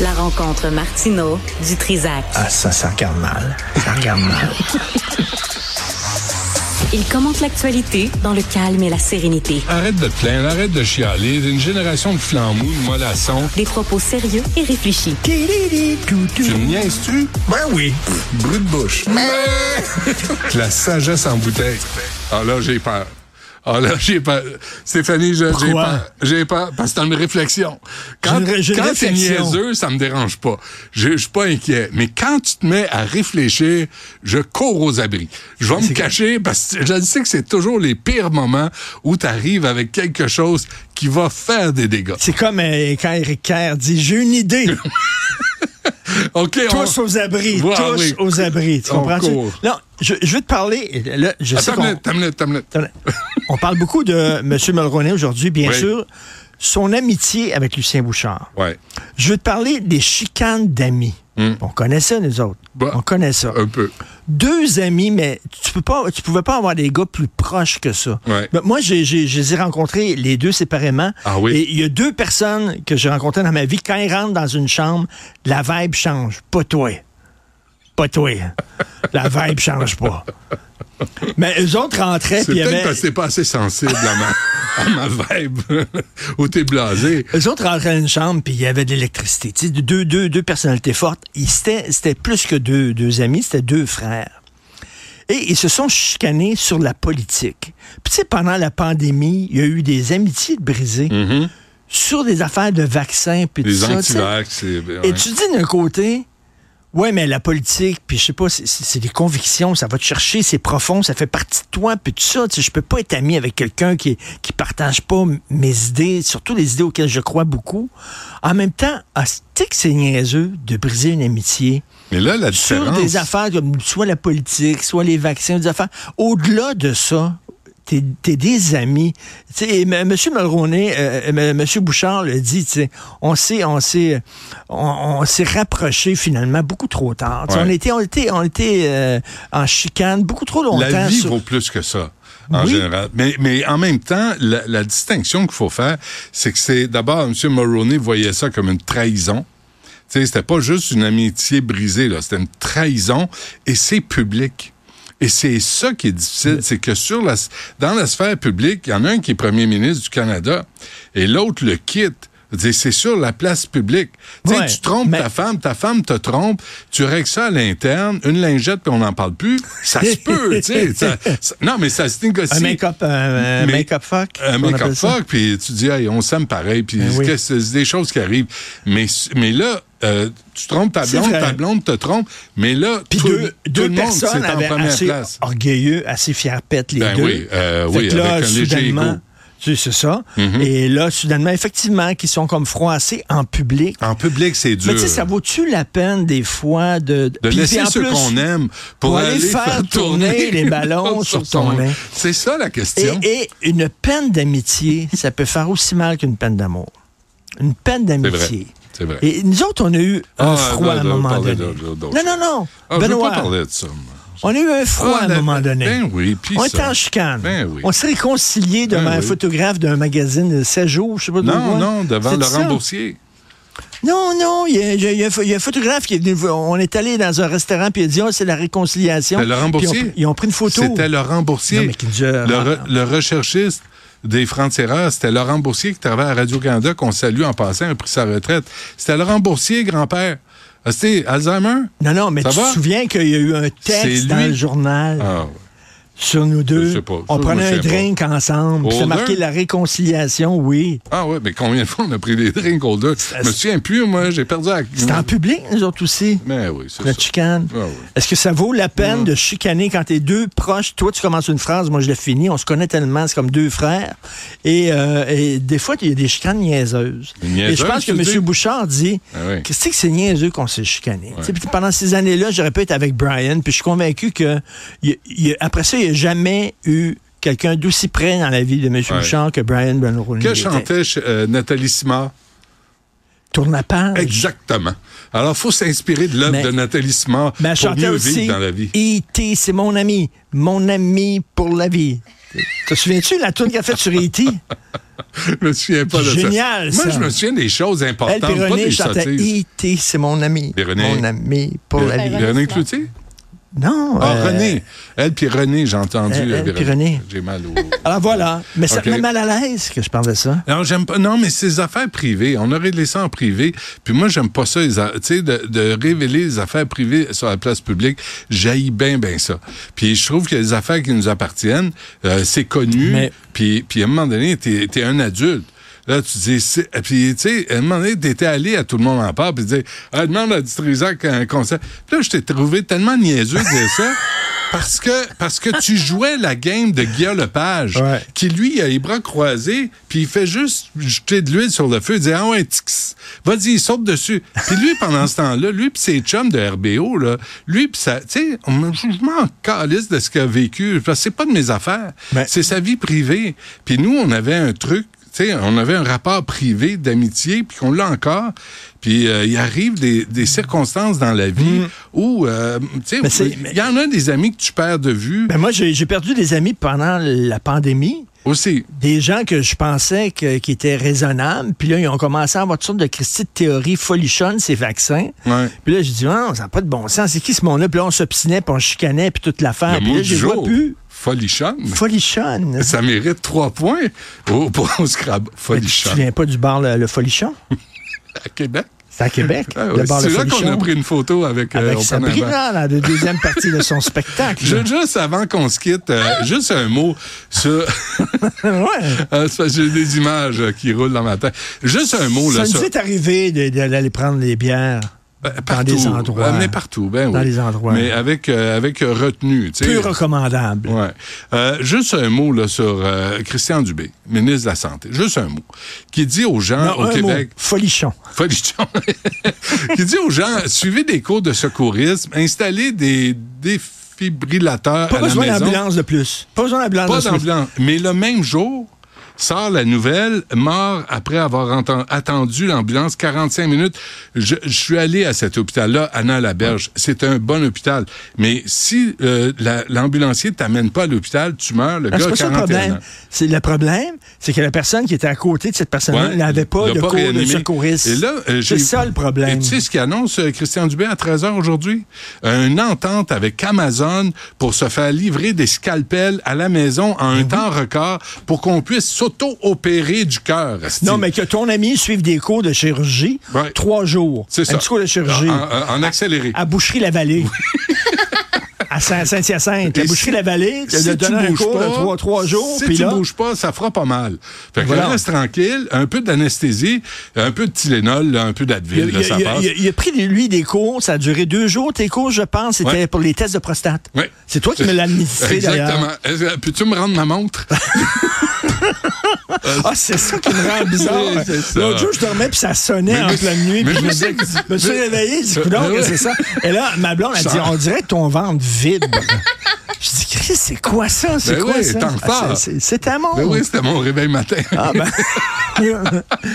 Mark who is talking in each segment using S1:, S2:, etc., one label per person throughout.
S1: La rencontre Martino du Trizac.
S2: Ah, ça, ça regarde mal. Ça regarde mal.
S1: Il commente l'actualité dans le calme et la sérénité.
S3: Arrête de te plaindre, arrête de chialer. Une génération de flambous, de mollassons.
S1: Des propos sérieux et réfléchis.
S3: Tu me niaises-tu?
S2: Ben oui.
S3: Brut de bouche. La sagesse en bouteille. Ah là, j'ai peur. Ah là, j'ai peur. Stéphanie, je- j'ai
S4: Pourquoi?
S3: peur. J'ai peur parce que t'as une réflexion. Quand,
S4: J'ai une ré- j'ai une
S3: quand t'es
S4: réflexion.
S3: niaiseux, ça me dérange pas. Je je suis pas inquiet. Mais quand tu te mets à réfléchir, je cours aux abris. Je vais me cacher parce que je sais que c'est toujours les pires moments où t'arrives avec quelque chose qui va faire des dégâts.
S4: C'est comme euh, quand Eric Kerr dit J'ai une idée.
S3: OK, on...
S4: Tous aux abris.
S3: Ouais,
S4: tous
S3: oui.
S4: aux abris. Tu
S3: On
S4: comprends-tu?
S3: court.
S4: Non, je, je veux te parler. Là, je sais
S3: Attends une
S4: qu'on.
S3: minute, attends une minute, attends une minute.
S4: Attends, On parle beaucoup de M. Mulroney aujourd'hui, bien
S3: Oui.
S4: sûr. Son amitié avec Lucien Bouchard.
S3: Ouais,
S4: Je veux te parler des chicanes d'amis. On connaît ça, nous autres.
S3: Hmm. Bah,
S4: On connaît ça.
S3: un peu.
S4: Deux amis, mais tu peux pas, tu pouvais pas avoir des gars plus proches que ça.
S3: Ouais.
S4: Ben, moi, j'ai, j'ai, je les ai rencontrés les deux séparément.
S3: Ah oui.
S4: Et il y a deux personnes que j'ai rencontrées dans ma vie. Quand ils rentrent dans une chambre, la vibe change. Pas toi. Pas toi. la vibe change pas. Mais eux autres rentraient,
S3: C'est
S4: puis il y
S3: peut-être
S4: avait.
S3: parce que t'es pas assez sensible à ma, à ma vibe ou t'es blasé.
S4: Eux autres rentraient dans une chambre, puis il y avait de l'électricité. Tu sais, deux, deux, deux personnalités fortes. Ils- C'était c'était plus que deux, deux amis, c'était deux frères. Et ils se sont chicanés sur la politique. Puis tu sais, pendant la pandémie, il y a eu des amitiés de brisées sur des affaires de vaccins, puis tout
S3: Les
S4: ça. tu sais.
S3: antivax, c'est...
S4: Et
S3: ouais.
S4: tu dis d'un côté, ouais, mais la politique, puis je sais pas, c'est- c'est c'est des convictions, ça va te chercher, c'est profond, ça fait partie de toi, puis tout ça. Tu sais, je peux pas être ami avec quelqu'un qui qui partage pas m- mes idées, surtout les idées auxquelles je crois beaucoup. En même temps, ah, tu sais que c'est niaiseux de briser une amitié
S3: Mais là, la
S4: sur
S3: différence...
S4: des affaires comme soit la politique, soit les vaccins, des affaires. Au-delà de ça, t'es es des amis. Tu sais, et M. Monsieur Mulroney, euh, M. Monsieur Bouchard le dit, tu sais, on s'est on s'est on, on s'est rapprochés finalement beaucoup trop tard. Tu sais,
S3: Ouais.
S4: On était on était on était euh, en chicane beaucoup trop longtemps.
S3: La vie
S4: sur-
S3: vaut plus que ça, en
S4: Oui.
S3: général. Mais, mais en même temps, la, la distinction qu'il faut faire, c'est que c'est d'abord, M. Mulroney voyait ça comme une trahison. Tu sais, C'était pas juste une amitié brisée, là. c'était une trahison et c'est public. Et c'est ça qui est difficile, c'est que sur la, s- dans la sphère publique, il y en a un qui est premier ministre du Canada et l'autre le quitte. Je veux dire, C'est sur la place publique. Tu sais,
S4: Ouais,
S3: tu trompes
S4: mais-
S3: ta femme, ta femme te trompe, tu règles ça à l'interne, une lingette, puis on n'en parle plus. Ça se peut, tu sais. ça- ça- Non, mais ça se négocie.
S4: un make-up un, un
S3: Mais-
S4: make-up fuck.
S3: Un
S4: qu'on
S3: make-up
S4: appelle ça.
S3: fuck, puis tu dis, Hey, on s'aime pareil, puis
S4: Ben oui.
S3: qu'est-ce- c'est des choses qui arrivent. Mais, mais là, euh, tu trompes ta
S4: C'est
S3: blonde,
S4: vrai.
S3: ta blonde te trompe, mais là,
S4: Puis
S3: tout,
S4: deux,
S3: tout
S4: deux
S3: le monde, c'est
S4: personnes
S3: en
S4: avaient
S3: première
S4: assez
S3: place.
S4: orgueilleux, assez fierpette les
S3: Ben
S4: deux.
S3: oui, euh,
S4: Fait
S3: oui,
S4: que là,
S3: avec un léger
S4: soudainement,
S3: ego. Mm-hmm.
S4: tu sais, c'est ça. Et là, soudainement, effectivement, qui sont comme froissés en public.
S3: En public, c'est Ah, dur.
S4: Mais tu sais, ça vaut-tu la peine des fois de...
S3: de
S4: Puis-
S3: laisser
S4: puis en
S3: ceux
S4: plus,
S3: qu'on aime pour,
S4: pour aller faire tourner les ballons sur ton nez.
S3: C'est ça la
S4: Et,
S3: question.
S4: et une peine d'amitié, ça peut faire aussi mal qu'une peine d'amour. Une peine
S3: C'est vrai.
S4: d'amitié.
S3: C'est vrai.
S4: Et nous autres, on a eu un
S3: Ah,
S4: froid à un
S3: non, non,
S4: moment
S3: parlez
S4: donné.
S3: de- de- d'autres
S4: Non, non, non.
S3: Ah, je veux pas
S4: Benoît,
S3: parler de ça. moi.
S4: on a eu un froid
S3: Ah,
S4: à un
S3: ben-
S4: moment donné.
S3: ben oui, puis
S4: on
S3: ça.
S4: était en chicane.
S3: Ben oui.
S4: On s'est réconcilié devant
S3: Ben
S4: un
S3: oui.
S4: photographe d'un magazine de 16 jours, je sais pas de
S3: Non,
S4: quoi.
S3: non, devant
S4: C'est
S3: Laurent
S4: ça?
S3: Boursier.
S4: Non, non, il y, a- il y a- il y a un pho- il y a un photographe qui est venu. On est allé dans un restaurant puis il a dit Ah, c'est la réconciliation.
S3: C'était Ben, Laurent
S4: Puis ils ont-
S3: Boursier.
S4: Ils ont pris une photo.
S3: C'était Laurent Boursier.
S4: Non, mais qui nous a- Ah,
S3: le, re- le recherchiste des Frontières, c'était Laurent Boursier qui travaille à Radio-Canada, qu'on salue en passant, a pris sa retraite. C'était Laurent Boursier, grand-père. Ah, C'était Alzheimer?
S4: Non, non, mais
S3: Ça
S4: tu
S3: va?
S4: te souviens qu'il y a eu un
S3: C'est
S4: texte dans
S3: lui.
S4: le journal
S3: Ah, ouais.
S4: sur nous deux.
S3: Je sais pas.
S4: On
S3: Ça, moi,
S4: prenait
S3: je
S4: un
S3: sais pas.
S4: drink ensemble. puis
S3: Au
S4: C'est marqué
S3: deux?
S4: la réconciliation, oui.
S3: Ah ouais, mais combien de fois on a pris des drinks au deux? Je me souviens plus, moi, j'ai perdu la...
S4: C'était en public, nous autres aussi.
S3: Mais oui, c'est ça.
S4: Notre chicane.
S3: Ah oui.
S4: Est-ce que ça vaut la peine
S3: Mm.
S4: de chicaner quand t'es deux proches? Toi, tu commences une phrase, moi, je la finis. On se connaît tellement, c'est comme deux frères. Et, euh, et des fois, il y a des chicanes niaiseuses.
S3: Niaiseuses,
S4: et je pense que
S3: tu dis?
S4: M. Bouchard dit
S3: Ah oui.
S4: Qu'est-ce que c'est niaiseux qu'on s'est chicané? Tu sais, puis Pendant ces années-là, j'aurais pu être avec Brian, puis je suis convaincu que il- il- après ça, il n'y a jamais eu quelqu'un d'aussi près dans la vie de M.
S3: Ouais.
S4: Bouchard que Brian Mulroney.
S3: Que
S4: l'était.
S3: chantait euh, Nathalie Simard?
S4: Tourne la page.
S3: Exactement. Alors, faut s'inspirer de l'œuvre
S4: Mais-
S3: de Nathalie Simard
S4: Mais elle
S3: pour
S4: chantait
S3: mieux
S4: aussi,
S3: vivre dans la vie.
S4: E.T., c'est mon ami. Mon ami pour la vie. Te souviens-tu de la tune qu'elle a faite sur E E.T.?
S3: Je me souviens pas de ça.
S4: Génial,
S3: Moi,
S4: ça.
S3: je me souviens des choses
S4: Elle
S3: importantes,
S4: puis
S3: pas
S4: René
S3: des
S4: chantaient
S3: sottises.
S4: E.T., E c'est mon ami.
S3: Puis René-
S4: Mon ami pour la vie.
S3: René, René Cloutier?
S4: Non.
S3: Ah,
S4: euh,
S3: René. Elle puis René, j'ai entendu. euh,
S4: elle- elle puis René. Ah,
S3: J'ai mal au...
S4: Alors voilà. Mais ça
S3: Ok.
S4: te met mal à l'aise que je parle de ça.
S3: Non, j'aime pas. Non, mais ces affaires privées, on a réglé ça en privé. Puis moi, j'aime pas ça, les a- tu sais, de, de révéler les affaires privées sur la place publique. J'haïs bien, bien ça. Puis je trouve que les affaires qui nous appartiennent, euh, c'est connu.
S4: Mais-
S3: Puis, puis à un moment donné, t'es es un adulte. Là, tu dis, c'est- puis tu sais, à un moment donné, t'étais allé à tout le monde en part, puis tu dis, ah, demande à Dutrisac un concert. Puis là, je t'ai trouvé tellement niaiseux de dire ça. Parce que, parce que tu jouais la game de Guillaume Lepage,
S4: Ouais.
S3: qui lui a les bras croisés, puis il fait juste jeter de l'huile sur le feu, il dit Ah ouais, tix, vas-y, il saute dessus. Puis lui, pendant ce temps-là, lui, puis ses chums de RBO, là, lui, puis ça, tu sais, on- je m'en calisse de ce qu'il a vécu, parce que c'est pas de mes affaires,
S4: Mais-
S3: c'est sa vie privée. Puis nous, on avait un truc. tu sais, on avait un rapport privé d'amitié, puis qu'on l'a encore. Puis euh, il arrive des, des circonstances dans la vie où, euh, tu
S4: Mm. Mais
S3: sais,
S4: c'est-
S3: il y en a des amis que tu perds de vue
S4: Ben moi, j'ai j'ai perdu des amis pendant la pandémie.
S3: aussi.
S4: Des gens que je pensais que- qui étaient raisonnables. Puis là, ils ont commencé à avoir toutes sortes de critiques de théories folichonnes, ces vaccins.
S3: Ouais.
S4: Puis là, j'ai dit, Ah, ça n'a pas de bon sens. C'est qui ce monde-là? Puis là, on s'obstinait, puis on chicanait, puis toute l'affaire.
S3: Le
S4: Puis
S3: mot
S4: là,
S3: du
S4: je les vois
S3: jour,
S4: plus.
S3: folichonne.
S4: Folichonne.
S3: Ça mérite trois points au, pour au Scrabble.
S4: Mais Tu te
S3: Folichonne.
S4: souviens pas du bar Le, le Folichon?
S3: À Québec.
S4: C'est à Québec,
S3: Ah ouais,
S4: le bar Le
S3: C'est là qu'on a
S4: Folichon.
S3: pris une photo avec, euh,
S4: Avec
S3: Open Bar.
S4: Sabrina, dans la deuxième partie de son spectacle.
S3: Je- juste avant qu'on se quitte,
S4: Ah!
S3: euh, juste un mot sur.
S4: ouais.
S3: Ah, c'est parce que J'ai des images euh, qui roulent dans ma tête. Juste un mot là.
S4: Ça
S3: sur-
S4: nous est arrivé de- d'aller prendre des bières
S3: Euh,
S4: dans
S3: partout.
S4: des endroits.
S3: Euh, mais partout, ben oui.
S4: Dans les endroits.
S3: Mais avec, euh, avec euh, retenue. tu sais.
S4: Plus recommandable.
S3: Ouais. Euh, juste un mot là, sur euh, Christian Dubé, ministre de la Santé. Juste un mot. Qui dit aux gens
S4: Non,
S3: au
S4: un
S3: Québec.
S4: mot, Folichon.
S3: Folichon. qui dit aux gens suivez des cours de secourisme, installez des défibrillateurs
S4: Pas
S3: à la
S4: besoin
S3: maison.
S4: d'ambulance de plus. Pas besoin d'ambulance
S3: Pas
S4: de plus.
S3: d'ambulance. Mais le même jour sort la nouvelle mort après avoir enten- attendu l'ambulance 45 minutes. Je, je suis allé à cet hôpital-là, Anna Laberge. C'est un bon hôpital. Mais si euh, la- l'ambulancier t'amène pas à l'hôpital, tu meurs. Le
S4: Ah,
S3: gars
S4: C'est
S3: a
S4: pas ça le
S3: 41 ans.
S4: problème. C'est le problème, c'est que la personne qui était à côté de cette personne-là
S3: Ouais,
S4: n'avait pas
S3: il
S4: de
S3: a
S4: cours de
S3: réanimé.
S4: secouriste.
S3: Et là, euh, j'ai-
S4: c'est ça le
S3: Et
S4: problème.
S3: tu sais ce qu'annonce euh, Christian Dubé à 13h aujourd'hui? Une entente avec Amazon pour se faire livrer des scalpels à la maison en
S4: Mhm.
S3: un temps record pour qu'on puisse s'auto-opérer du cœur. esti.
S4: Non, mais que ton ami suive des cours de chirurgie
S3: Ouais.
S4: trois jours.
S3: C'est ça. Ah,
S4: Un petit cours de chirurgie. Ah,
S3: En, en- en accéléré.
S4: à Boucherie-la-Vallée. à Saint- Saint-Hyacinthe.
S3: Et
S4: À
S3: si-
S4: Boucherie-la-Vallée, tu
S3: si
S4: as
S3: tu
S4: donné un
S3: bouges
S4: cours
S3: pas,
S4: de trois, trois jours,
S3: si
S4: puis
S3: tu
S4: là,
S3: bouges pas, ça fera pas mal. Fait que
S4: Voilà.
S3: reste tranquille, un peu d'anesthésie, un peu de Tylenol, là, un peu
S4: il, a-
S3: d'Advil,
S4: il
S3: là,
S4: a-
S3: ça
S4: il a-
S3: passe.
S4: il a- il a pris, lui, des cours. Ça a duré deux jours, tes cours, je pense. C'était
S3: Ouais.
S4: pour les tests de prostate.
S3: Ouais.
S4: C'est toi qui me l'as administré, d'ailleurs.
S3: Exactement. Est-ce que- Peux-tu me rendre ma montre?
S4: Ah, c'est ça qui me rend
S3: Oui,
S4: bizarre.
S3: c'est ça.
S4: L'autre jour, je dormais, puis ça sonnait
S3: Mais-
S4: en
S3: mais-
S4: pleine nuit.
S3: mais-
S4: Puis je me disais, je me suis réveillé, je dis, coudonc,
S3: Ouais.
S4: c'est ça. Et là, ma blonde, elle
S3: Ça-
S4: dit, on dirait que ton ventre vibre. je dis, Chris, c'est quoi ça? C'est
S3: Ben
S4: quoi
S3: oui,
S4: ça?
S3: t'en
S4: Ah,
S3: parles.
S4: c'est- c'est- C'est à mon.
S3: Ben oui, c'était mon réveil matin.
S4: Ah, ben.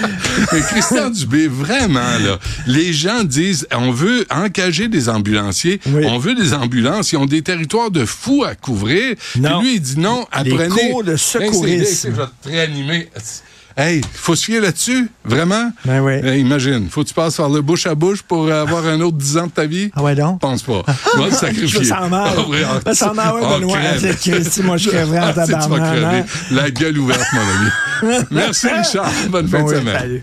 S3: Mais Christian Dubé, vraiment, là, les gens disent on veut engager des ambulanciers,
S4: Oui.
S3: on veut des ambulances, ils ont des territoires de fous à couvrir.
S4: Non.
S3: Puis lui, il dit non,
S4: Les
S3: apprenez.
S4: cours de secourisme.
S3: Ben, c'est- c'est- Je vais te réanimer. Hey, faut se fier là-dessus, vraiment?
S4: Ben oui.
S3: Hey, imagine, faut que tu passes par le bouche à bouche pour avoir un autre 10 ans de ta vie?
S4: Ah ouais, donc?
S3: Pense pas. Moi,
S4: Je
S3: sacrifier.
S4: me sens mal.
S3: Ah ouais, ah,
S4: Je me sens mal, ouais,
S3: ah,
S4: Benoît.
S3: crève.
S4: Ah, Christy, moi, je crèverais en
S3: Ah, tu sais, tu vas
S4: tabarnak, hein.
S3: crever. La gueule ouverte, mon ami. Merci, Richard. Bonne fin
S4: Bon,
S3: de
S4: oui,
S3: semaine.
S4: salut.